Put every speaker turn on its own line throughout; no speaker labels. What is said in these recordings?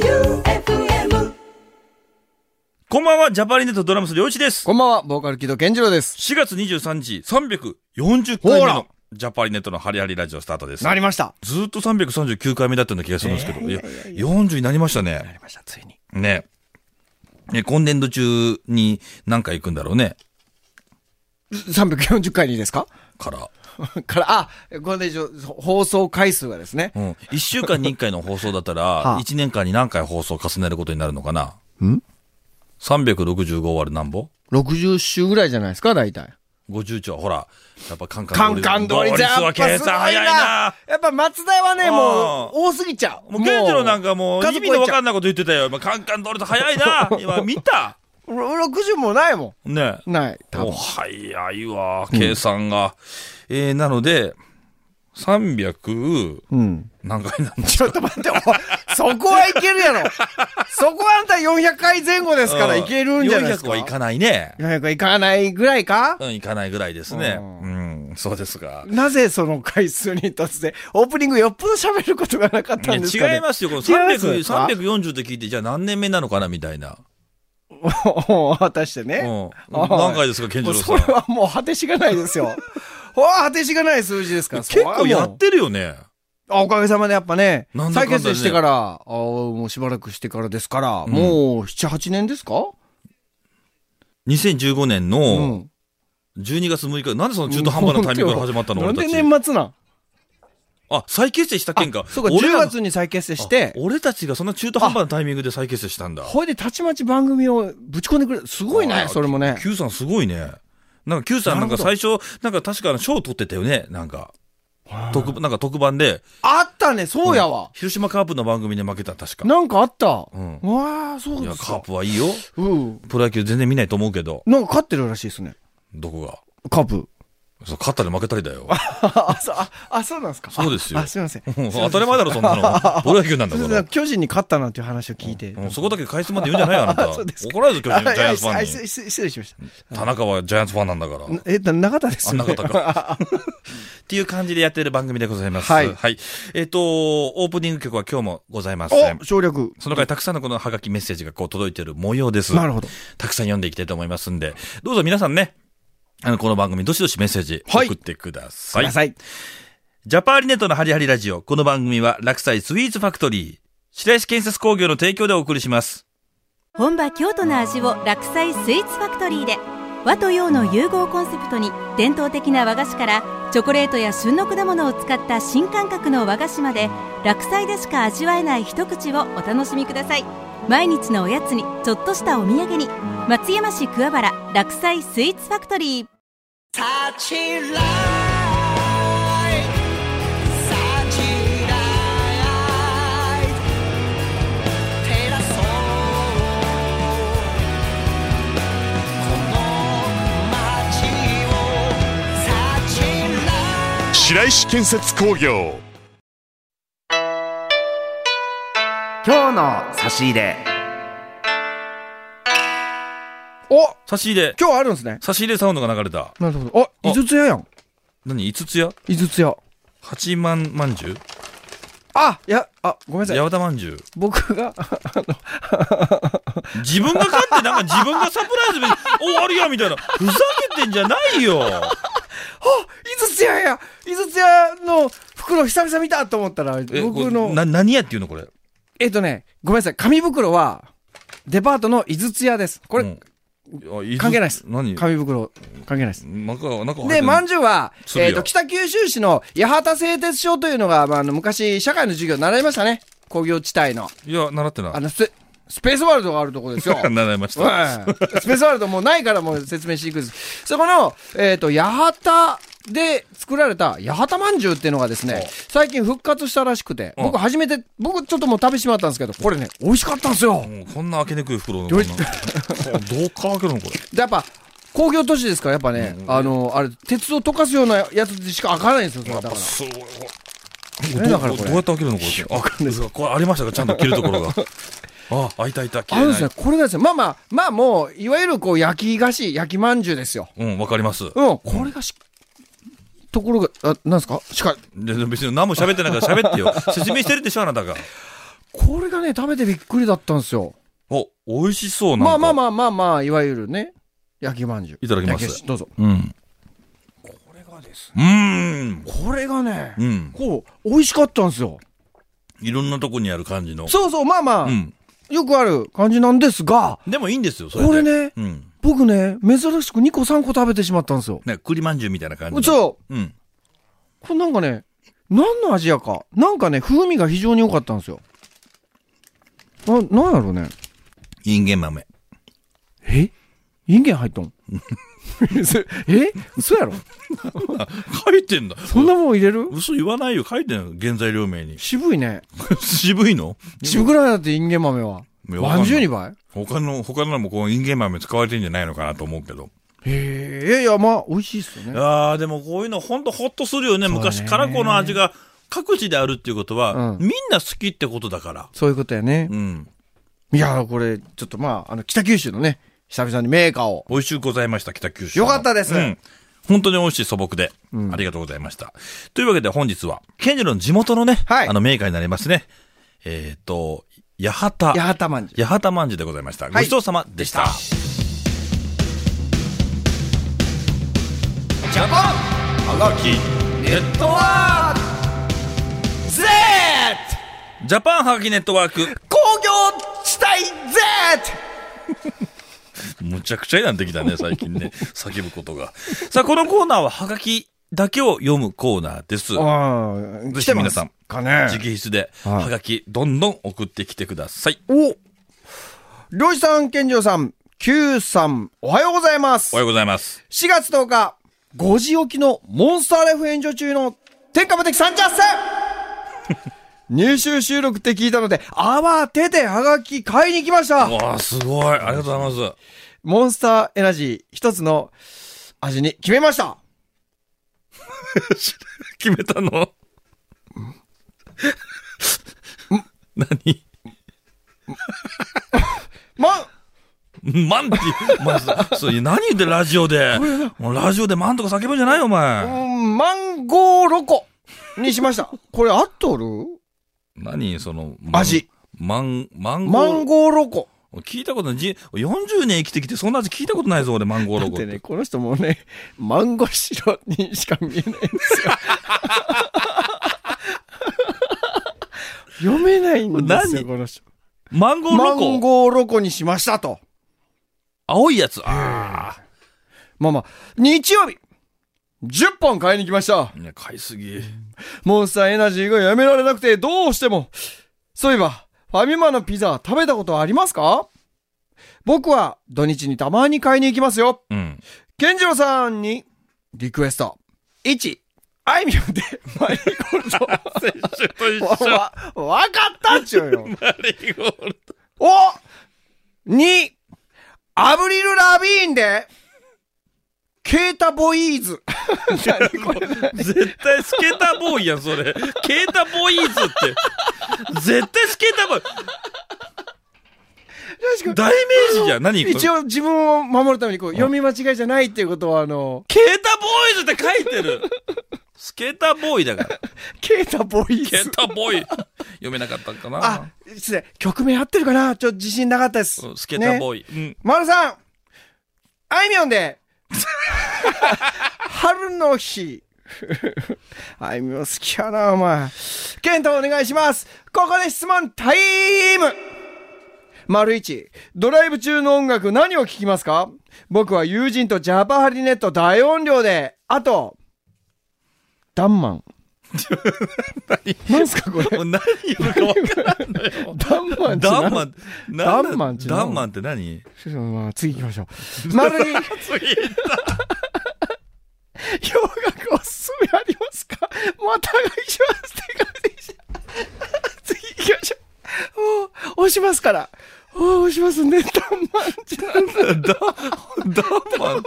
J-O-E-U-F-M
こんばんは、ジャパニネットドラムス良一です。
こんばんは、ボーカル木戸健次郎です。
4月23日、340回目の
ほら
ジャパニネットのハリハリラジオスタートです。
なりました。
ずーっと339回目だったような気がするんですけど、いや40になりました
な
ね。
りました、ついに。
ね。ね、今年度中に何回行くんだろうね。
340回にですか
から。
から、あ、これ以上、放送回数がですね。
うん。1週間に1回の放送だ ったら、
あ
1年間に何回放送を重ねることになるのかな。365割る何本
60週ぐらいじゃないですか、大体。
50兆。ほら、やっぱカンカ
カ
ン
ンカン通りじ
じゃ
ゃ
ん。
ん。や
は
っぱ
計
すごい
算
な。
早いな
や。っぱ松田はね、もう
あー、
多すぎちゃう。
もう、ケンジロなんかもう、
数
意味のわか
ん
んないこと言ってたよ。今、カンカン通りと早いな。今、見た
60もないも
ね
ん。ない、多
もう
分。
早いわ、計算が。えー、なので、300、
うん。
何回なんです
ちょっと 待って、おいそこはいけるやろ。そこはあんた400回前後ですから、いけるんじゃないですか。
400はいかないね。
400はいかないぐらいか
うん、いかないぐらいですね。
う
うん、そうですか。
なぜその回数に突然、オープニングよっぽど喋ることがなかっ
いや
たんですか、ね、
違いますよ、この
違います
300 340って聞いて、じゃあ何年目なのかなみたいな。
お ー果たして
う
ね。
ん。
あー
何回ですか、健
も
次
う
郎さ
それ
ん。
はもう果てしがないで すよ。ほら、果てしがない数字ですから。
結構やってるよね。
それはもうあおかげさまでやっぱね、
なんだかん
採
だね
決してから、あーもうしばらくしてからですから、もう7、8年ですか
2015年
う
の。12月6日、なんでその中途半端なタイミングから始まったの
な
俺
ん
た
で
ち。
年末なん
あ、再結成した件か。
そうか、
俺
10
らの
月に再結成して
あ、俺たちがそんな中途半端なタイミングで再結成したんだ。す
ほいでたちまち番組をぶち込んでくれる。すごいね、それもね。
Q さんすごいね。なんか Q さんなんか最初、なんか確かあの賞取ってたよね、なんか。特、なんか特番で。
あったね、そうやわ。
広島カープの番組で負けた、確か。
なんかあった。
うん
わあ、そう
い
で
や、
す
カー
か。
プはいいよ。
うん。
プロ野球全然見ないと思うけど。
なんか勝ってるらしいですね。
どこが。
カー プ。
そう、勝ったり負けたりだよ。
あ、そう、あ、あそうなんですか。
そうですよ
あ、すみません。すいません
当たり前だろ、そん なの。プロ野球なんだ
そ
か
うで
ら
す。巨人に勝ったなんていう話を聞いて。
うんそこだけ返すまで言うんじゃないよ、あなた。
あ そうですか
怒られるぞ、巨
あ
人、ジャイアン
あ
ツファン
失
に。
礼失礼しまし
田中はジャイアンツファンなんだから。
た。え、な中田ですよ、
あ
ね。
中田かっていう感じでやってる番組でございます。
はい
えっ、と、オープニング曲は今日もございません
お、。省略。
その回たくさんのこのハガキメッセージがこう届いてる模様です。
なるほど。
たくさん読んでいきたいと思いますんで、どうぞ皆さんね、あの、この番組どしどしメッセージ
はい
送ってくださ
く
い。
ださい。
ジャパーリネットのハリハリラジオ。この番組は落栽スイーツファクトリー、白石建設工業の提供でお送りします。
本場京都の味を落菜スイーツファクトリーで和と洋の融合をコンセプトに伝統的な和菓子からチョコレートや旬の果物を使った新感覚の和菓子まで落菜でしか味わえない一口をお楽しみください毎日のおやつにちょっとしたお土産に松山市桑原落菜スイーツファクトリー
白石建設工業
今日の差し入れ
お、
差し入れ、
今日あるんですね。
差し入れサウンドが流れた。
なるほど。あ、
あ
井筒屋やん。
何五つ屋
井筒屋。
八万まんじゅう
あ、いや、あ、ごめんなさ
八
い。
幡まんじゅう
僕が、
自分が勝ってなんか自分がサプライズでおあるやみたいなふざけてんじゃないよ
あ、井筒屋や井筒屋の袋久々見たと思ったら、
え
僕
これ
の。
な何やっていうのこれ
えっとね、ごめんなさい。紙袋は、デパートの井筒屋です。
こ
これ、関係ないっす
何
紙袋、関係ないです。
中中入って
で、まんじゅうは、
鶴屋
えっ、と、北九州市の八幡製鉄所というのが、まあ、あの、昔、社会の授業で習いましたね。工業地帯の。
いや習ってな
あ
い
の、ススペースワールドがあるとこ ですよ。う ん
習いまし
スペ
た
ースワールドもうないからもう説明していくんです。そこの、えっ、と、八幡で作られた八幡まんじゅうっていうのがですね、最近復活したらしくて、
うん
僕初めて、僕ちょっともう食べてしまったんですけど、これね、美味しかったんですよ。
もうこんな開けにくい袋のこん
よ
なこ
し
どうか開けるのこれ
でやっぱ工業都市ですからやっぱね、あのあれ鉄を溶かすようなやつでしか開かないんですよそれはだから
すごいこ
え
れど
だ
う
からこ
ど
れ
うやって開けるのこれあ
んないです
これありましたかちゃんと切るとこ ろがあ開いた開いた切
あ
れ
るんで
な
すね
い
これがですねまあまあまあもういわゆるこう焼き菓子焼きまんじゅうですよ
うんわかります
うんこれがしところがあなんですかしか
で別に何も喋ってないから喋ってよ説明してるでしょあなたが
これがね、食べてびっくりだったんですよ。
お、美味しそうなんか。
まあまあ
あ。
まあまあまあ、いわゆるね、焼きまんじゅう。
いただきます
焼菓子どうぞ。
うん。
これがです
うーん。
これがね、
うん。
こう、美味しかったんですよ。
いろんなとこにある感じの。
そうそう、まあまあ、
うん。
よくある感じなんですが、
でもいいんですよ、それで。
これ。ね、
うん。
僕ね、珍しく2個3個食べてしまったんですよ。
ね、栗まんじゅうみたいな感じの。
そう。
う。うん。
これなんかね、何の味やか。なんかね、風味が非常に良かったんですよ。な、なんやろね。
インゲン豆。
えインゲン入っ とんそえ嘘やろ
書いてんだ。
そんなもん入れる。
嘘言わないよ、書いてんの。原材料名に
渋いね。
渋いの
渋くらいだってインゲン豆は。
いやわかんない
30に倍
他の、他のもこう、インゲン豆使われてんじゃないのかなと思うけど。
へえ、いやいや、まあ、美味しいっすよね。
ああ、でもこういうのほんとほっとするよね。
そうね
昔からこの味が各地であるっていうことは、
うん
みんな好きってことだから。
そういうことやね
う。ん。
いや、これ、ちょっとまあ、あの、北九州のね、久々にメーカーを。
美味しゅうございました、北九州の。
よかったです
うん本当に美味しい素朴で、ありがとうございました。というわけで本日は、ケンジロの地元のね、
はい
あのメーカーになりますね。えっ、と、八幡。
八幡まんじゅう。
八幡まんじゅうでございました。ごちそうさまでした。ジャパンはがきネットワー
ゼ
クジャパンはがきネットワーク
工業地帯 Z!
むちゃくちゃになってきたね、最近ね。叫ぶことが。さあ、このコーナーははがきだけを読むコーナーです。
ああ、
ぜ
来
ひ
てま
皆
す
さん
かね。
直筆で、
はい
はがき、どんどん送ってきてください。
お漁師さん、健常さん、Q さん、おはようございます。
おはようございます。
4月10日、5時起きのモンスターライフ援助中の天下無敵三チャ ンス入手収録って聞いたので、慌ててハガキ買いに来ました
わあ、すごい。ありがとうございま
モンスターエナジー一つの味に決めました
す。決めた の何
ま、
マンって、まあ、そういう、何言ってラジオで。 もうラジオでマンとか叫ぶんじゃないよ、お
う
前。
んマンゴーロコにしました。これ合っとる
何その、マン
味。
マン、マンゴ
マ
ー。
ンゴーロコ。
聞いたことない。じ40年生きてきて、そんな味聞いたことないぞ、俺、マンゴー
だ
ロ
っ
ゴってて。
ね、この人もね、マンゴ白にしか見えないんですよ。 読めないんですよ、
何
この人。
マンゴー
マ
ロ
ン
コ
ゴーロコにしましたと。
青いやつ。あ
まあまあ、日曜日、10本買いに来ました。
あ。いや、買いすぎ。
モンスターエナジーがやめられなくて、どうしても。そういえば、ファミマのピザ食べたことありますか僕は土日にたまに買いに行きますよ。
うん。
健次郎さんにリクエスト。1、あいみょんで、マリーゴールド。
と一緒。
わ、わかったっちゅうよ。
マリーゴールド。
お二、アブリル・ラビーンで、ケータ・ボイーズ。 何これ
絶対スケーターボーイやん、それ。ケータボーイズって。絶対スケーターボーイ。大名詞じゃん。何これ
一応自分を守るためにこう読み間違いじゃないっていうことはあの、
ケータボーイズって書いてる。スケーターボーイだから。
ケータ・ボイ
ケ
ー
ー
ズ。
タボーイ。 読めなかったかな。
あ、失礼。曲名合ってるかなちょっと自信なかったです
うん。スケーターボ
イ。
ーイ。うん。
丸さん、あいみょんで、 春の日。あいみょん好きやな、お前。ケントお願いします。ここで質問タイム丸一、ドライブ中の音楽何を聴きますか僕は友人とジャパハリネット大音量で、あと、ダン マン。何すかこれ
もう。何言うか分からんの よ。
ダンマンって何
ダンマン、
ダンマンって何
ダンマンって何
ちょっとまあ、次行きましょう。丸に洋楽おすすめありますかまたお願いします。手紙でした。次行きましょう。お押しますから。お押しますね。たまんじゃん。た
ダン、ダンマン、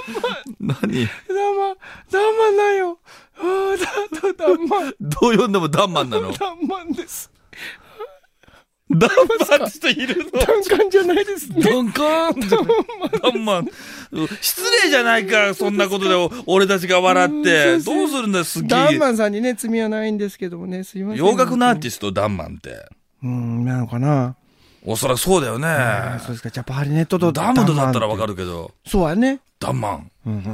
何
まん、たまんなんよ。あーだ、だ、たまん、
どう読んでもダンマンなの。
たまんです。
ダンマンって人いるの
単感じゃないですね。
ドンコーンダンマン。失礼じゃないか、そんなことでお俺たちが笑って。
うんそ
どう
うです
するんだよ、すっげ
ダン
え
マ。ンさんにね、罪はないんですけどもね、すいません。
洋楽のアーティスト、ダンマンって。
うん、なのかな。
おそらくそうだよ
あ
ね
そう。ですか。じゃあ、パリネットと
ダムドだったらわか
る。
るけど、
そうやね。
ダンマン。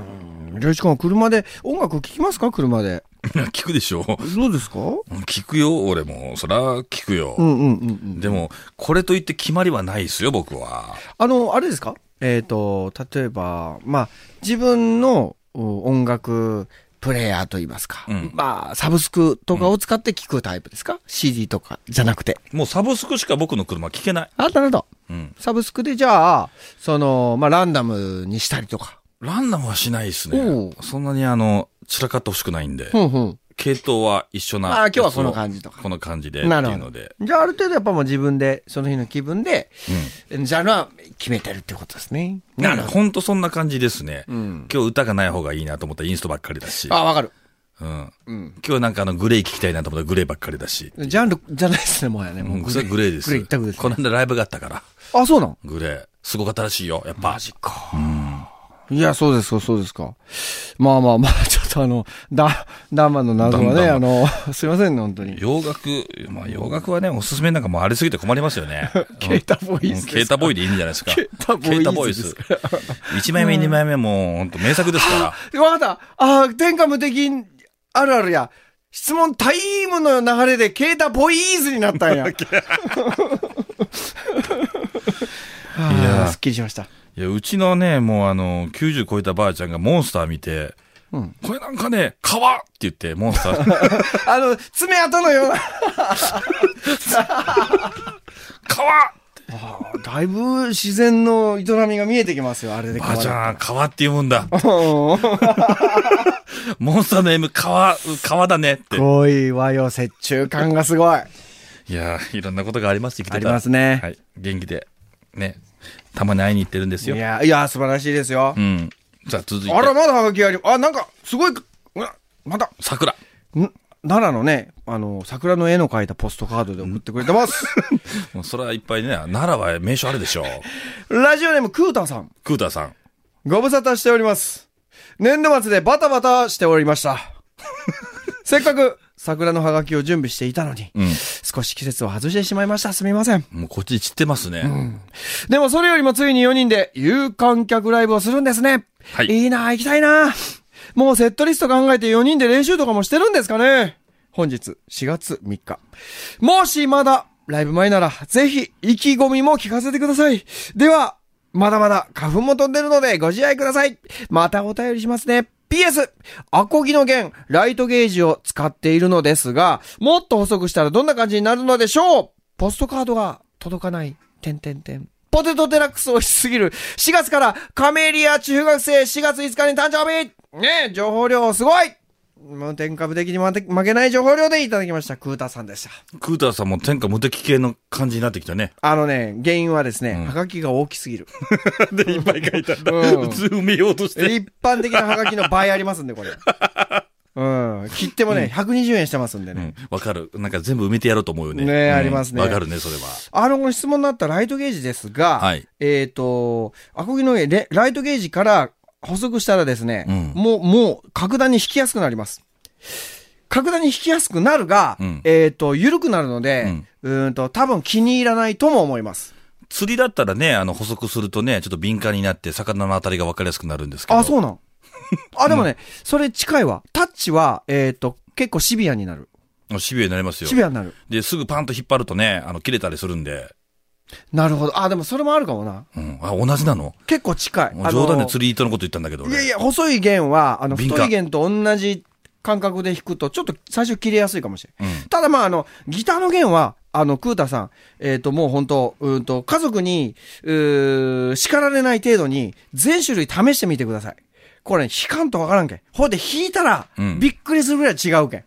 りょうちくんは車で、音楽聴きますか車で。
いや聞くでしょ。
どうですか
聞くよ、俺も。そら、聞くよ。
うんうんうんうん。
でも、これといって決まりはないですよ、僕は。
あの、あれですかえっ、と、例えば、まあ、自分のお音楽プレイヤーといいますか、
うん
まあ、サブスクとかを使って聴くタイプですか、?CD とかじゃなくて。
もうサブスクしか僕の車聞けない。
あ、なるほど。
うん。
サブスクでじゃあ、その、まあ、ランダムにしたりとか。
ランダムはしないです
お
ね
う。
そんなにあの、散らかってほしくないんで。
んうん。
系統は一緒な。
あー今日はこの感じとか
この感じで。って
なる
い
ほ
う
ど
ので。。
じゃあ、ある程度やっぱもう自分で、その日の気分で、ジャンルは決めてるってことですね。
なるほど。ほんとそんな感じですね。
ん
今日歌がない方がいいなと思ったらインストばっかりだし。
あ、わかる。
うん。今日なんかあの、グレー聞きたいなと思ったらグレーばっかりだし。
ジャンルじゃないですね、もうやね。
う
も
ん、
う
それはグレーです。
グレー一択ですね
この間ライブがあったから。
あ、そうなん
グレー。すごかったらしいよ、やっぱ。
いや、そうですか、そうですか。まあまあまあ、 ちょっとあの、ダ、ダンマンの謎はね、
ダ
あ
ン
の、 すいませんね、本当に。
洋楽、まあ洋楽はね、おすすめなんかもうありすぎて困りますよ ね。
ケータボーイ
うん
ズですか
ケータボーイでいいんじゃないですか。
ケータボーイズ
ケータボーイズ一枚目、二枚目もう本当名作ですから。
わかったあー天下無敵あるあるや。質問タイムの流れで、ケータボーイズになったんや。は あ
いやー
すっきりしました。
いや、うちのね、もうあの、90超えたばあちゃんがモンスター見て、
ん
これなんかね、皮って言って、モンスタ ー、
あの、爪痕のような。
皮
だいぶ自然の営みが見えてきますよ、あれで
ばあちゃん、
ん。
皮って言うんだ。モンスターの M、皮、皮だねって。
恋和洋折衷感がすごい。
いやー、いろんなことがあります、生きてたら
ありますね
はい。元気で、ね、たまに会いに行ってるんです
い
よ。
や、いや、素晴らしいですよ
う。ん。さあ、続いて。
あら、まだハガキあり、あ、なんか、すごい、うわまた、
桜。
ん奈良のね、あの、桜の絵の描いたポストカードで送ってくれ てます。
もうそれはいっぱいね、奈良は名所あるでしょう。
ラジオネーム、クーターさん。
クーターさん。
ご無沙汰しております。年度末でバタバタしており ました。せっかく桜のハガキを準備していたのに、
うん。
少し季節を外してしまいました。すみません。
もうこっち散ってますね。
でもそれよりもついに4人で有観客ライブをするんですね。
はい
いいな、行きたいな。もうセットリスト考えて4人で練習とかもしてるんですかね。本日4月3日。もしまだライブ前なら、ぜひ意気込みも聞かせてください。では、まだまだ花粉も飛んでるのでご自愛ください。またお便りしますね。PS! アコギの弦、ライトゲージを使っているのですが、もっと細くしたらどんな感じになるのでしょうポストカードが届かない、点点点。ポテトデラックスをしすぎる。4月からカメリア中学生4月5日に誕生日ねえ、情報量すごいもう天下無敵に負け負けない情報量でいただきました。クータさんでした。
クーターさんも天下無敵系の感じになってきたね。
あのね、原因はですね、
ん
ハガキが大きすぎる。
で、いっぱい書いたんだ。
うん
普通埋めようとし
一
て。
般的なハガキの倍ありますんで、これ。うん。切ってもね、120円してますんで
う
ね。
んわかる。なんか全部埋めてやろうと思うよね。
ねえありますね
わかるね、それは。
あの、質問のあったライトゲージですが、
はい
えっ、と、アコギのゲレライトゲージから補足したらですね、
うん
もう、もう、格段に引きやすくなります。格段に引きやすくなるが、
うん
えっ、と、緩くなるので、うーんと、多分気に入らないとも思います。
釣りだったらね、あの、補足するとね、ちょっと敏感になって、魚のあたりがわかりやすくなるんですけど。。
あ、そううなん。 あ、でもね、それ近いわ。タッチは、えっ、と、結構シビアになる。
シビアになりますよ
シ。ビアになる。
で、すぐパンと引っ張るとね、あの、切れたりするんで。
なるほど。あ、でもそれもあるかもな。
うん。あ、同じなの
結構近い。
もう冗談で
り
釣り糸のこと言ったんだけど。
い
俺
やいや、細い弦は、あの、
敏感
太い弦と同じ感覚で弾くと、ちょっと最初切れやすいかもしれない。
うん
ただまあ、あの、ギターの弦は、あの、クータさん、えっ、と、もう本当うーんと、家族に、うー叱られない程度に、全種類試してみてください。これ、ね、弾かんとわからんけん。ほいで弾いたら
う、ん
びっくりするぐらい違うけん。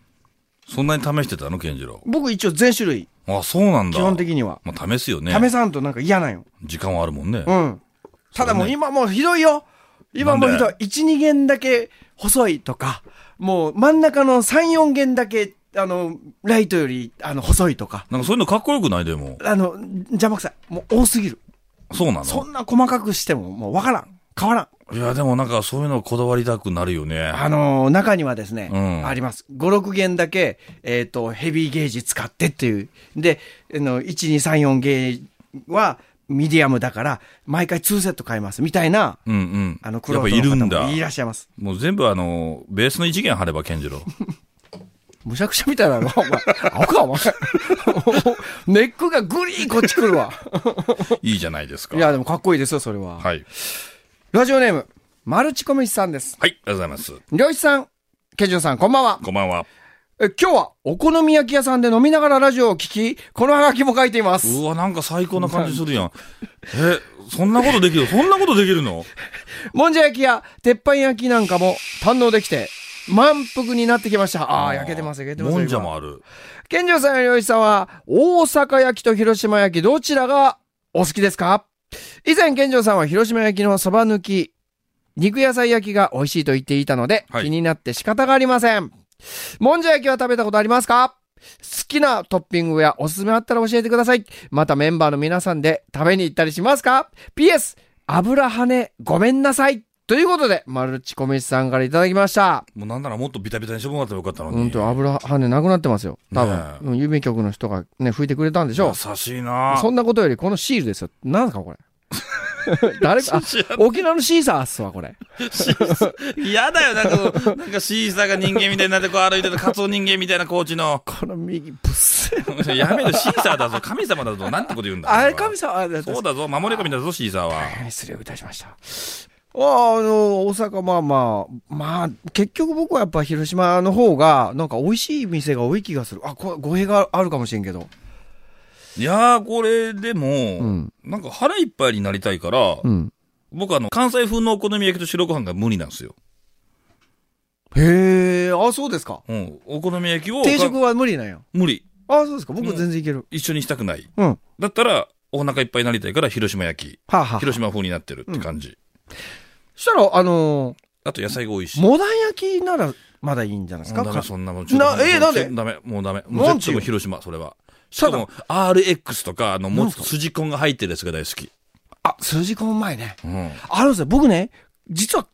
そんなに試してたの、健次郎。
僕一応全種類、
あ、そうなんだ。
基本的には。
まあ、試すよね。
試さんとなんか嫌なんよ。
時間はあるもんね。
うん。ただもう今もうひどいよ。今もうひど。
ない
1、2弦だけ細いとか、もう真ん中の3、4弦だけ、あの、ライトより、あの、細いとか。
なんかそういうのかっこよくないでも。
あの、邪魔くさい。もう多すぎる。
そうなの
そんな細かくしても、もうわからん。変わらん。
いや、でもなんかそういうのこだわりたくなるよね。
あのー中にはですね、
うん
あります。5、6弦だけ、えっ、と、ヘビーゲージ使ってっていう。で、あの、1、2、3、4ゲージはミディアムだから、毎回2セット買います。みたいな、
うんうん。
あの、ク
やっ
ロ
ぱ
ー
いるんだ。
いらっしゃいます。
もう全部あの、ベースの一弦張れば健 次郎。
むしゃくしゃみたいなの、お前。青か、お前。 ネックがグリーンこっち来 るわ。
いいじゃないですか。
いや、でもかっこいいですよ、それは。
はい。
ラジオネーム、マルチコミチさんです。
はい、ありがとうございます。
りょうしさん、ケンジョンさん、こんばんは。
こんばんは。
え今日はお好み焼き屋さんで飲みながらラジオを聞き、このハガキも書いています。
うわ、なんか最高な感じするやん。え、そんなことできるそんなことできるの
もんじゃ焼きや鉄板焼きなんかも堪能できて、満腹になってきました。ああー、焼けてます、焼けてます。
もんじゃも
あ
ある。
健常さんや漁師さんは、大阪焼きと広島焼き、どちらがお好きですか以前、健常さんは広島焼きのそば抜き、肉野菜焼きが美味しいと言っていたので、
はい
気になって仕方がありません。もんじゃ焼きは食べたことありますか好きなトッピングやおすすめあったら教えてください。またメンバーの皆さんで食べに行ったりしますか ?PS、油跳ねごめんなさい。ということで、マルチコミシさんからいただきました。
もうなんならもっとビタビタにしてもらったらよかったのに。
本当油跳ねなくなってますよ。多分、
ねえ
うん郵便局の人がね、拭いてくれたんでしょう。
優しいな
そんなことより、このシールですよ。なんすか、 これ。誰か、あ沖縄のシーサーっすわ、これ。
嫌だよ、なんか、なんかシーサーが人間みたいになってこう歩いてるカツオ人間みたいなコーチの。
この右、ブス。
やめろ、シーサーだぞ、神様だぞ、なんてこと言うんだ。
あれ、神様、あれ、
そうだぞ、守り神だぞ、シーサーは。
失礼をいたしました。あーあの、大阪、まあまあ、まあ、結局僕はやっぱ広島の方が、なんか美味しい店が多い気がする。あ、こ語弊があるかもしれんけど。
いやー、これでも、
ん
なんか腹いっぱいになりたいから、
うん。
僕あの、関西風のお好み焼きと白ご飯が無理なんですよ。
へえ、あ、そうですか。
うん。お好み焼きを。
定食
か
は無理なんや。
無理。
あ、そうですか。僕全然いける。
一緒にしたくない。
うん。は
だったら、お腹いっぱいになりたいから、広島焼き。
あ、はあ、
広島風になってるって感じ。
そしたら、あの
あと野菜が多いし
ー、。モダン焼きならまだいいんじゃないですか
もうダメそんなもん。
なえーなんで
ダメ、もうダメ。もう
なん
絶
ちゅ
対
う
もう広島、それは。しかも、RX とか、あの、もう筋コンが入ってるやつが大好き。
あ、数時間前ね。
うん。
あるんですよ。僕ね、実は、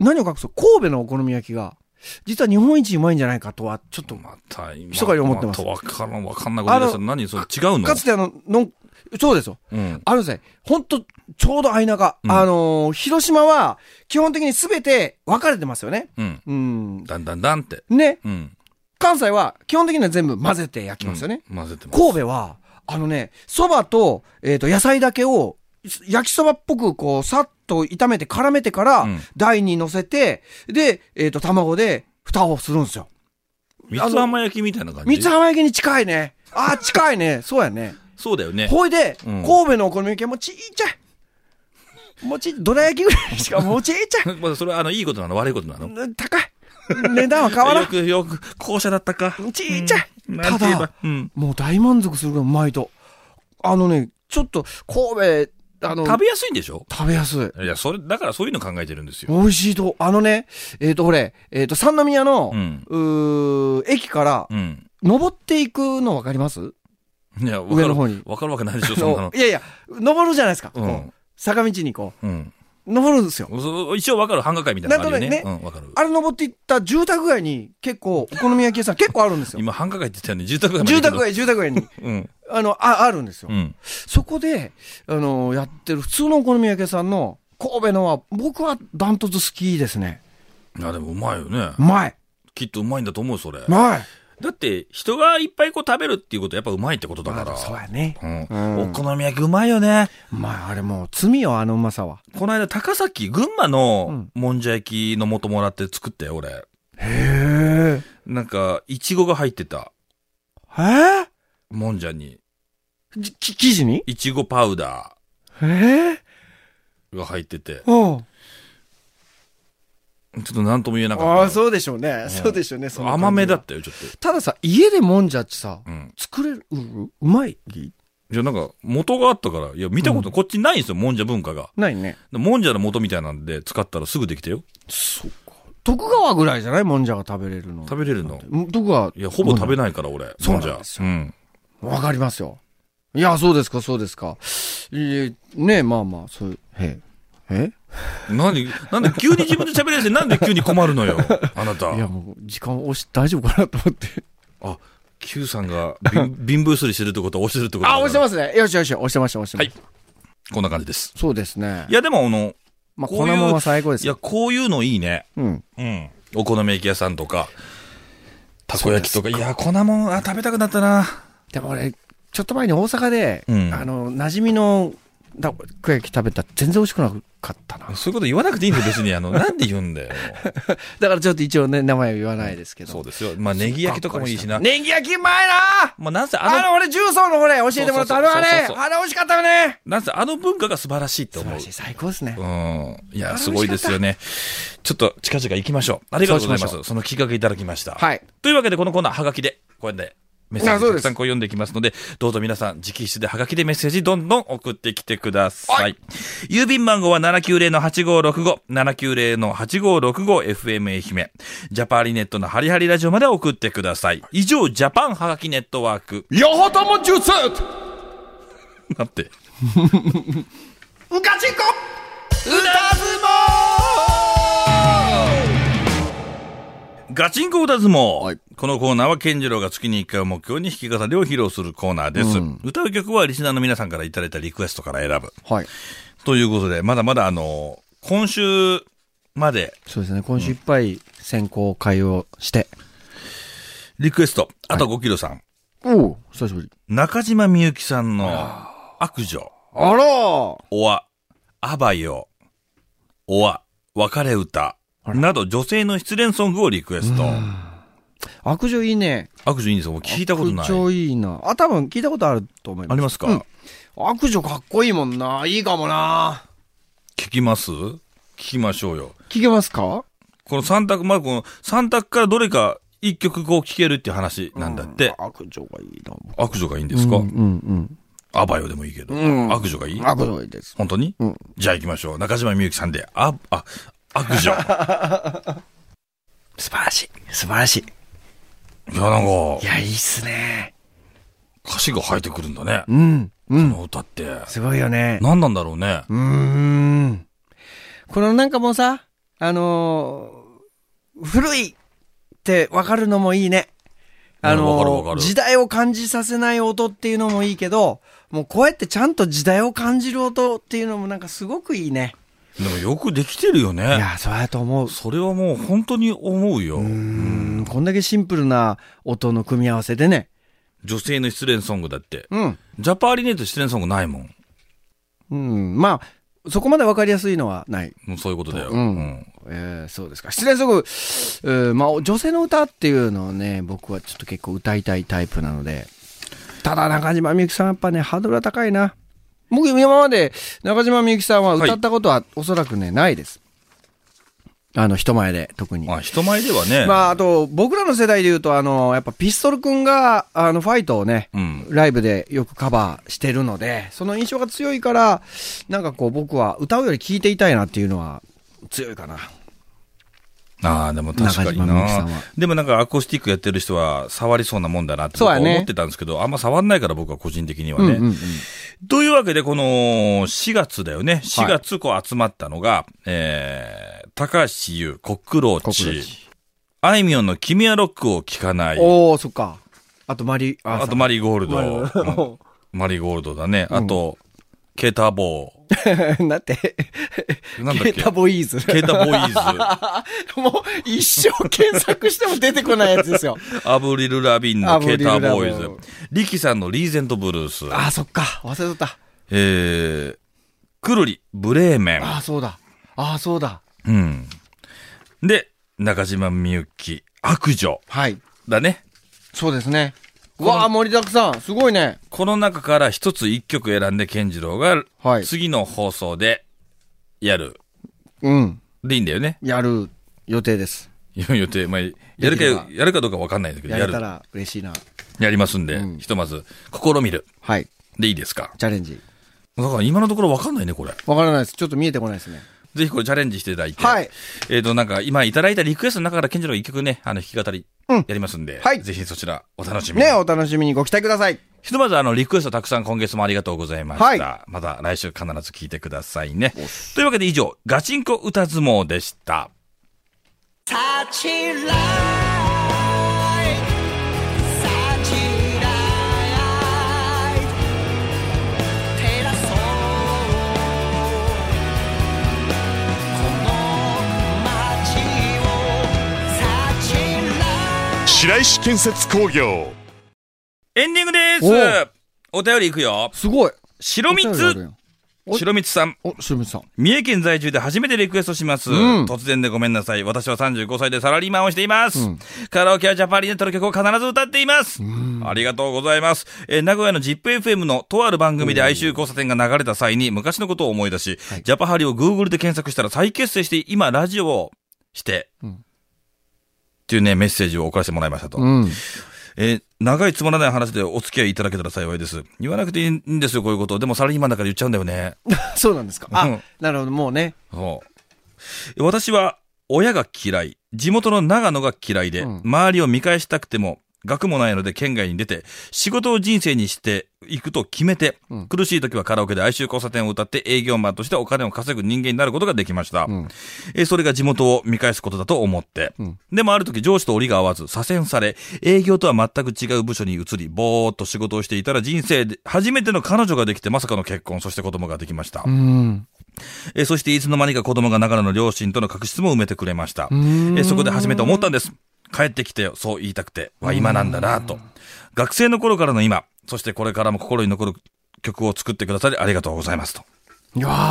何を隠そう、神戸のお好み焼きが、実は日本一うまいんじゃないかとは、ちょっと、
また、今
密かに思ってます
またわからん、わかんないこと言い出した
あ
何それ、違うの
かつてあの、のん、そうですよ。
うん。
あるんですね。ほんと、ちょうど間が、
うん
あのー広島は、基本的に全て分かれてますよね。
うん。
うん。
だんだんだんって。
ね。
うん。
関西は、基本的には全部混ぜて焼きますよね。
うん混ぜてます。
神戸は、あのね、蕎麦と、えっ、と、野菜だけを、す焼きそばっぽく、こう、さっと炒めて絡めてから、
うん
台に乗せて、で、えっ、と、卵で、蓋をするんですよ。
三つ浜焼きみたいな感じ。
三つ浜焼きに近いね。ああ、近いね。そうやね。
そうだよね。
ほいで、
うん
神戸のお好み焼きはもうちっちゃい。もうちっどら焼きぐらいしか、もうちっちゃ
まあそれはあの、いいことなの悪いことなの
い。高い。値段は変わら
よ
ん。
く、よく、校舎だったか。
ちっちゃい。
うん
た
なんて言えば
だ、
うん
もう大満足するぐらい、うまいと。あのね、ちょっと、神戸、あの、
食べやすいんでしょ
食べやすい。
いや、それ、だからそういうの考えてるんですよ。
美味しいと、あのね、えっ、と、これ、えっ、と、三宮の
う、ん。
うー駅から、
うん。
登っていくの分かります
いや、わか
上の
る
方に。
わかるわけないでしょ、
あ
そんなの
のい。やいや、登るじゃないですか。
うん
こう坂道にこ
うん。
う、登るんですよ。
そう一応わかる、半額会みたいなのあるよ
なん
ね。
と
う
なく
ん、わかる。
あれ登っていった住宅街に、結構、お好み焼き屋さん結構あるんですよ。
今、半額会って言ったよね、住宅街まで
住
行く
宅
の。
街、住宅 街に、
うん。
あの、あ、あるんですよ。
うん。
そこで、あの、やってる普通のお好み焼き屋さんの、神戸のは、僕はダントツ好きですね。
いや、でもうまいよね
う。まい。
きっとうまいんだと思う、それ。
うまい。
だって、人がいっぱいこう食べるっていうことはやっぱうまいってことだか
あ
ら。
そうやね。
うん。
う
お
ん
好み焼きうまいよね。
うまい。あれもう、罪よ、あのうまさは。
この間、高崎、群馬のもんじゃ焼きの素もらって作ったよ、俺。
へえ。
なんか、いちごが入ってた、
えー、
もんじゃに。
じき生地に
いちごパウダ
ええ
ーが入ってて、ち
うん。
ょっと何とも言えな
あ
か
あ、
った。
そうでしょうね。そうでしょうね。その感じは
甘めだっ。たよ、ちょっ
たださ、家でもんじゃってさ
と。う、ん。
作れる、ううまい
じゃなんか、元があったから、いや、見たこと、こっちないんですよ、もんじゃ文化が。
ないね。
でもんじゃの元みたいなんで、使ったらすぐできたよ。
そうか。徳川ぐらいじゃないもんじゃが食べれるの。
食べれるの。
うん徳川。
いや、ほぼ食べ
い。
ないから、俺。
そう
も
な
んじ
ん
ゃ。
ですよ
うん。
わかりますよ。いや、そうですか、そうですか。いえ、ねまあまあ、そういう、へえ。え
何、なんで急に自分で喋り出して、なんで急に困るのよ、あなた
い。や、もう、時間押し、大丈夫かなと 思って。
あ、Q さんが貧 貧乏ゆすりしてるってことは押してるってこと
あ、押して
ま
ますね。よしよし、押してました、押してました。
す。こんな感じです。
そうですね
い。や、でも、あの、
まあ、
こうい
こ
う
のまま最高で
い
す
や、。こういうのいいね。
うん。
うん。お好み焼き屋さんとか、たこ焼きとか、いや、粉もん、あ、食べたくなったな。
でも俺、ちょっと前に大阪で、
うん
あの、馴染みの、たこ焼き食べたら全然美味しくなかったな。
そういうこと言わなくていいんで、別に、あの、なんで言うんだよ。
だからちょっと一応ね、名前は言わないですけど。
そうですよ。まあ、ネギ焼きとかもいいしな。
ネギ焼きうまいな
まあ、なんせ、あ
あの、
の、
俺、重曹のほれ、教えてもらったあれはね
そうそうそうそう、
あれ美味しかったよね。
なんせ、あの文化が素晴らしいと
素
思
晴
う
らし。い、最高ですね。
うん。いや、すごいですよね。ちょっと、近々行きましょう。ありがとうございま
そうし
す。そのきっかけいただきました。
はい。
というわけで、このコーナー、はがきで、こうやって、メッセー
あ
ジ
そう
た
で
く
す
さんこう読んでいきますので、どうぞ皆さん、直筆ではがきでメッセージどんどん送ってきてください。郵便番号は790-8565、790-8565FM 愛媛、ジャパーリネットのハリハリラジオまで送ってください。以上、ジャパンはがきネットワーク。
よほとも重曹
なって。
うかちこ歌相撲
ガチンコ歌相撲、
はい
このコーナーは健次郎が月に1回を目標に弾き語りを披露するコーナーです、歌う曲はリスナーの皆さんからいただいたリクエストから選ぶ
はい。
ということでまだまだあの今週まで
そうですね、今週いっぱい選考会をして。
リクエストあと5キロさん、
おお久しぶり。
中島みゆきさんの悪女
あら
おわあばよおわ別れ歌など女性の失恋ソングをリクエスト
悪女いいね。
悪女いいんですよもう聞いたことない
悪女いいな。あ、多分聞いたことあると思います。
ありますか、
うん悪女かっこいいもんな。いいかもな。
聞きます聞きましょうよ
聞けますか
この三択、まあ、この三択からどれか一曲こう聴けるっていう話なんだって。
悪女がいいな。
悪女がいいんですか、
うんうん
アバヨでもいいけど。
ん
悪女がいい
うん。悪女がいいです。
本当に、
うん
じゃあ行きましょう。中島みゆきさんで、あ、あ、悪女。いや、
素晴らしい。素晴らしい。
なん
い
か、
や、いいっすね。
歌詞が入ってくるんだね。
うん。う
こ
ん。
の歌って。
すごいよね。
何なんだろうね。
うーん。このなんかもうさ、あのー古いってわかるのもいいね。あ
うんわかるわ
の
か
ー
る
時代を感じさせない音っていうのもいいけど、もうこうやってちゃんと時代を感じる音っていうのもなんかすごくいいね。
でもよくできてるよ
い
ね。
や、そうやと思う。
それはもう本当に思うよ。
うん、こんだけシンプルな音の組み合わせでね。
女性の失恋ソングだって。
うん。
ジャパーリネート失恋ソングないもん。
うん。まあ、そこまでわかりやすいのはない。
もうそういうことだよ。
うんえー、そうですか。失恋ソング、えーまあ、女性の歌っていうのをね、僕はちょっと結構歌いたいタイプなので。ただ、中島みゆきさんやっぱね、ハードルは高いな。僕、今まで中島みゆきさんは歌ったことはおそらくね、ないです。あの、人前で、特に。
まあ人前ではね。
まあ、あと、僕らの世代で言うと、あの、やっぱピストルくんが、あの、ファイトをね、
うん。
ライブでよくカバーしてるので、その印象が強いから、なんかこう僕は歌うより聴いていたいなっていうのは強いかな。
ああ、でも確かに
中島みゆきさん
な
は。
でもなんかアコースティックやってる人は触りそうなもんだなって
そ
僕
う
は
やね
思ってたんですけど、あんま触んないから僕は個人的にはね。
うんうんうん
というわけで、この4月だよね。4月こう集まったのが、えー、高橋優、コックロー
コックロー
チ、あいみょんの君はロックを聴かない。
おー、そっか。あとマリ、
あと
マ
マリーゴール
リ
ド。うんマリーゴールドだね。あと、ケーターボ
なって、
ー。なんだ
ケ
っけ
ータボイーズ。
ケータボーイズ。
もう一生検索しても出てこないやつですよ。
アブリル・ラビンのケーターボーイ
アブリルラ
ズ
ボー。
リキさんのリーゼント・ブルース。
あー、そっか。忘れとった。
えー、くるり、ブレーメン。
あー、そうだ。あー、そうだ。
うん。で、中島みゆき、悪女。
はい。
だね。
そうですね。うわー、盛りだくさん。すごいね。
この中から一つ一曲選んで、健次郎が
は、い
次の放送で、やる。
うん。
でいいんだよね。
やる予定 です。
いう予定、まあ、やる
できれば
か、やるかどうかわかんないんだけど、
や
や
れた
る。
ら嬉しいな。
やりますんで、
うん
ひとまず、試みる。
はい。
でいいですか。
チャレンジ。
だから今のところわかんないね、これ。
わからないです。ちょっと見えてこないですね。
ぜひこれチャレンジしていただいて。
はい。
えっ、と、なんか、今いただいたリクエストの中から、健次郎が一曲ね、あの、弾き語り、
うん
やりますんで、
はい
ぜひそちら、お楽しみに。
ねお楽しみにご期待ください。
ひとまずあの、リクエストたくさん今月もありがとうございました。
はい
また来週必ず聞いてくださいね。というわけで以上、ガチンコ歌相撲でした。
白石建設工業
エンディングですお便りいくよ。
すごい。
白
お便りあ
蜜
るやんお
白蜜さん。
お、しみさん。
三重県在住で初めてリクエストします。
うん
突然でごめんなさい。私は35歳でサラリーマンをしています。
うん
カラオケやジャパリネットの曲を必ず歌っています。ありがとうございます。えー名古屋の ZIPFM のとある番組で哀愁交差点が流れた際に昔のことを思い出し、ジャパハリを Google で検索したら再結成して、今ラジオをして、っていうね、メッセージを送らせてもらいましたと。
うん。
えー長いつまらない話でお付き合いいただけたら幸いです。言わなくていいんですよ、こういうこと。でもサラリーマンだから言っちゃうんだよね。
そうなんですか。あ、
うん
なるほど、もうね。
そう。私は親が嫌い、地元の長野が嫌いで、
うん
周りを見返したくても、学もないので県外に出て、仕事を人生にしていくと決めて、
うん
苦しい時はカラオケで哀愁交差点を歌って営業マンとしてお金を稼ぐ人間になることができました。
ん
えーそれが地元を見返すことだと思って。
うん
でもある時上司と折りが合わず、左遷され、営業とは全く違う部署に移り、ぼーっと仕事をしていたら人生で初めての彼女ができて、まさかの結婚、そして子供ができました。
うん。
えーそしていつの間にか子供が長野の両親との確執も埋めてくれました。え
ん
ーそこで初めて思ったんです。帰ってきてよ、そう言いたくて、は今なんだなと。学生の頃からの今、そしてこれからも心に残る曲を作ってくださりありがとうございますと。
いやー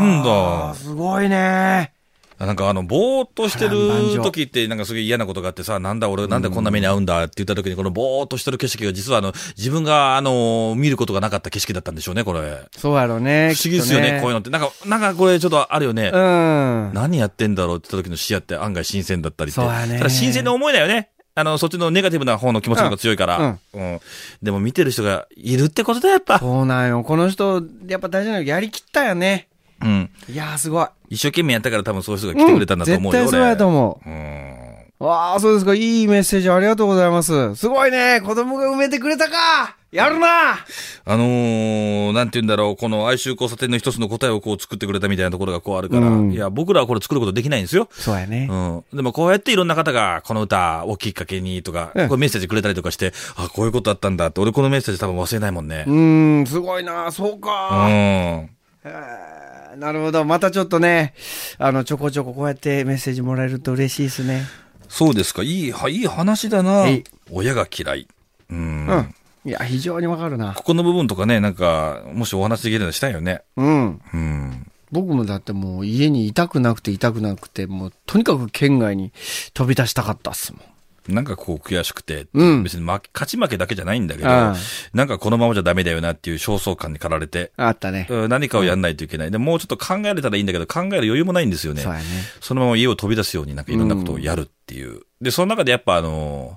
なんだ
すごいね。
なんかあの、ぼーっとして
波乱万
る
丈
時ってなんかすげえ嫌なことがあってさ、なんだ俺なんでこんな目に遭うんだって言った時にこのぼーっとしてる景色が実はあの、自分があの、見ることがなかった景色だったんでしょうね、これ。
そうやろうね。
不思議ですよね、こういう
の。
のって。なんか、なんかこれちょっとあるよね。
うん。
何やってんだろうって言った時の視野って案外新鮮だったりって。
そうやね
ただ新鮮な思いだよね。あの、そっちのネガティブな方の気持ちの方が強いから。うん。でも見てる人がいるってことだ、やっぱ。
そうなんよ。この人、やっぱ大事なのやりきったよね。
うん。
いやーすごい。
一生懸命やったから多分そういう人が来てくれたんだと思うよ、
絶対そうやと思
俺。
う。わあ、そうですか。いいメッセージありがとうございます。すごいね。子供が埋めてくれたか。やるな。
あのー、なんて言うんだろう、この哀愁交差点の一つの答えをこう作ってくれたみたいなところがこうあるから、
うん
いや、僕らはこれ作ることできないんですよ。
そうやね。
うん。でもこうやっていろんな方がこの歌をきっかけにとか、
うん
こうメッセージくれたりとかして、あ、こういうことだったんだって、俺このメッセージ多分忘れないもんね。
うーん、すごいな。そうか。
うん。
へーなるほど。またちょっとね、あの、ちょこちょここうやってメッセージもらえると嬉しいですね。
そうですか。いい、はいい話だな
はい。
親が嫌い。うん。
うん。いや、非常にわかるな。
ここの部分とかね、なんか、もしお話できるならしたいよね。
うん。
うん。
僕もだってもう家にいたくなくていたくなくて、もうとにかく県外に飛び出したかったっすもん。
なんかこう悔しくて、
うん
別に負け勝ち負けだけじゃないんだけど、
うん
なんかこのままじゃダメだよなっていう焦燥感に駆られて、
あったね。
うん何かをやんないといけない。でもうちょっと考えれたらいいんだけど、考える余裕もないんですよね
そう。やね。
そのまま家を飛び出すようになんかいろんなことをやるっていう。で、その中でやっぱあのー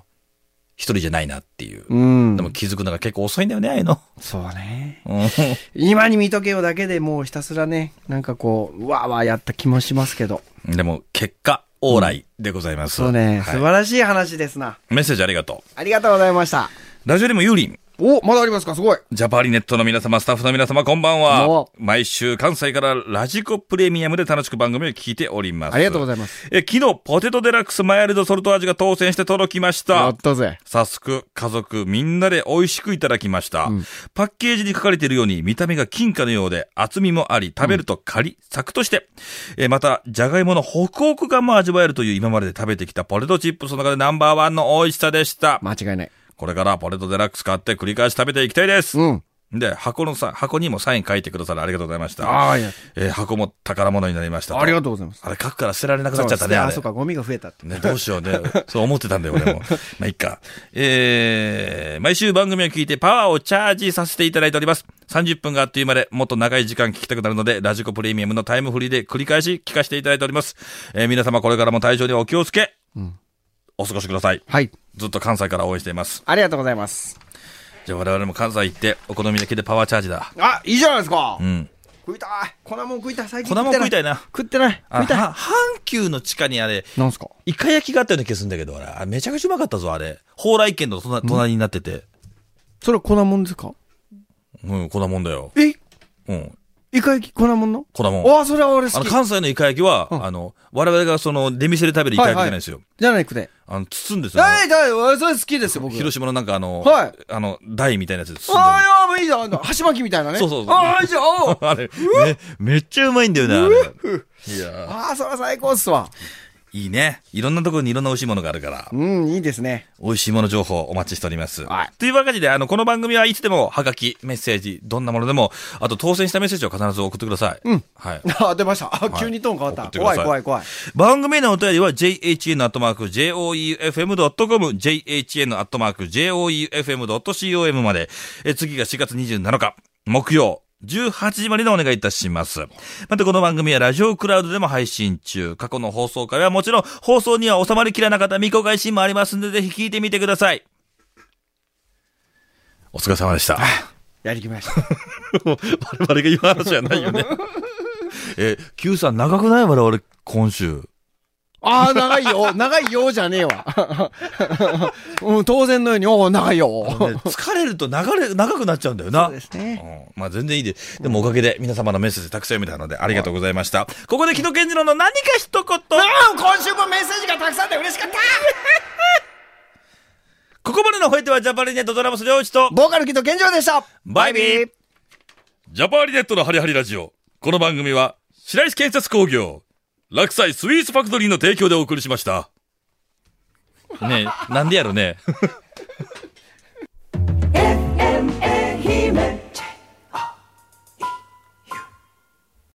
一人じゃないなっていう。
うん。
でも気づくのが結構遅いんだよね、ああいうの。
そうね。
うん
今に見とけよだけでもうひたすらね、なんかこう、うわーわーやった気もしますけど。
でも、結果、往来でございます。
そうね、
はい
素晴らしい話ですな。
メッセージありがと
ありがとうございました。
う。ラジオでもユーリン、
お、まだありますかすごい。
ジャパリネットの皆様、スタッフの皆様、こんばんは
ど。
毎週、関西からラジコプレミアムで楽しく番組を聞いております。
ありがとうござ
い
います。
ます。え、昨日、ポテトデラックスマイルドソルト味が当選して届きまし
や
た
っ。たぜ。
早速、家族みんなで美味しくいただきました、パッケージに書かれているように見た目が金貨のようで厚みもあり、食べるとカリ、サクとして、えーまた、じゃがいものホクホク感も味わえるという今までで食べてきたポテトチップスの中でナンバーワンの美味しさでした。
間違いない。
これからポテトデラックス買って繰り返し食べていきたいです。
うん。
で、箱のさ、箱にもサイン書いてくださりありがとうございました。
ああ、いや。
えー箱も宝物になりましたと。
ありがとうございます。
あれ書くから捨てられなくなっちゃったね、あ
あ、
れ
そう。か、ゴミが増えたって。
ね、どうしようね。 そう思ってたんだよ、俺も。まあ、いっか。えー、毎週番組を聞いてパワーをチャージさせていただいております。30分があっという間で、もっと長い時間聞きたくなるので、ラジコプレミアムのタイムフリーで繰り返し聞かせていただいております。えー皆様これからも対象にはお気をつけ、お過ごしください。
はい。
ずっと関西から応援しています。
ありがとうございます。
じゃあ我々も関西行って、お好み焼きでパワーチャージだ。
あ、いいじゃないですか。
うん。
食いたい。粉もん食いたい。最近
粉もん食いたいな。
食ってない。
あ
食いたい。
は阪急の地下にあれ、
なんすか
イカ焼きがあったような気がするんだけど、あれ。あめちゃくちゃうまかったぞ、あれ。蓬莱県の隣隣になってて。
それは粉もんですか
うん、粉もんだよ。
え
うん、
イカ焼き粉もんの
粉もん。
ああ、それは俺
あ
好
の、
き。
関西のイカ焼きは、
うん
あの、我々がその、出店で食べるイカ焼きじゃないですよ。
じゃないくて。
あの、包んでさ、
はい、だい、俺それ好きですよ、僕。
広島のなんかあの、
はい
あの、台みたいなやつで包んでる
ああ、いや、もういいじゃん。あの箸巻きみたいなね。
そうそうそう
ああ、いいじゃん。おう
あれ、め、めっちゃうまいんだよな、あれ。いや
ああ、それは最高っすわ。
ーいいね。いろんなところにいろんな美味しいものがあるから、
うん、いいですね。
美味しいもの情報お待ちしております。
はい
というわけで、あの、この番組はいつでも、はがき、メッセージ、どんなものでも、あと当選したメッセージを必ず送ってください。うん。はい。
ああ、出ました。あ
はい
急にトーン変わった。
送ってくだ
怖
さい
い怖い怖い。
番組へのお便りは jhn.joeufm.com、jhn.joeufm.com まで、え次が4月27日、木曜。18時まででお願いいたします。またこの番組はラジオクラウドでも配信中。過去の放送回はもちろん放送には収まりきらなかった未公開シーンもありますので、ぜひ聞いてみてください。お疲れ様でした。
やりきりました。
我々が言う話じゃないよね。 え、Q さん長くない我々今週。
ああ、長いよ。長いよじゃねえわ。 うん、当然のように、おお、長いよ。
ね 疲れると流れ、長くなっちゃうんだよな。
ですね。
うんまあ全然いいで。でもおかげで皆様のメッセージたくさん読めたのでありがとうございました。ここで木戸健次郎の何か一言。
今週もメッセージがたくさんで嬉しかった
ここまでのお相手はジャパリネットドラムス両一と、
ボーカルキッド健常でした
バイビージャパリネットのハリハリラジオ。この番組は、白石建設工業、落西スイーツファクトリーの提供でお送りしました。ねえ、なんでやろね。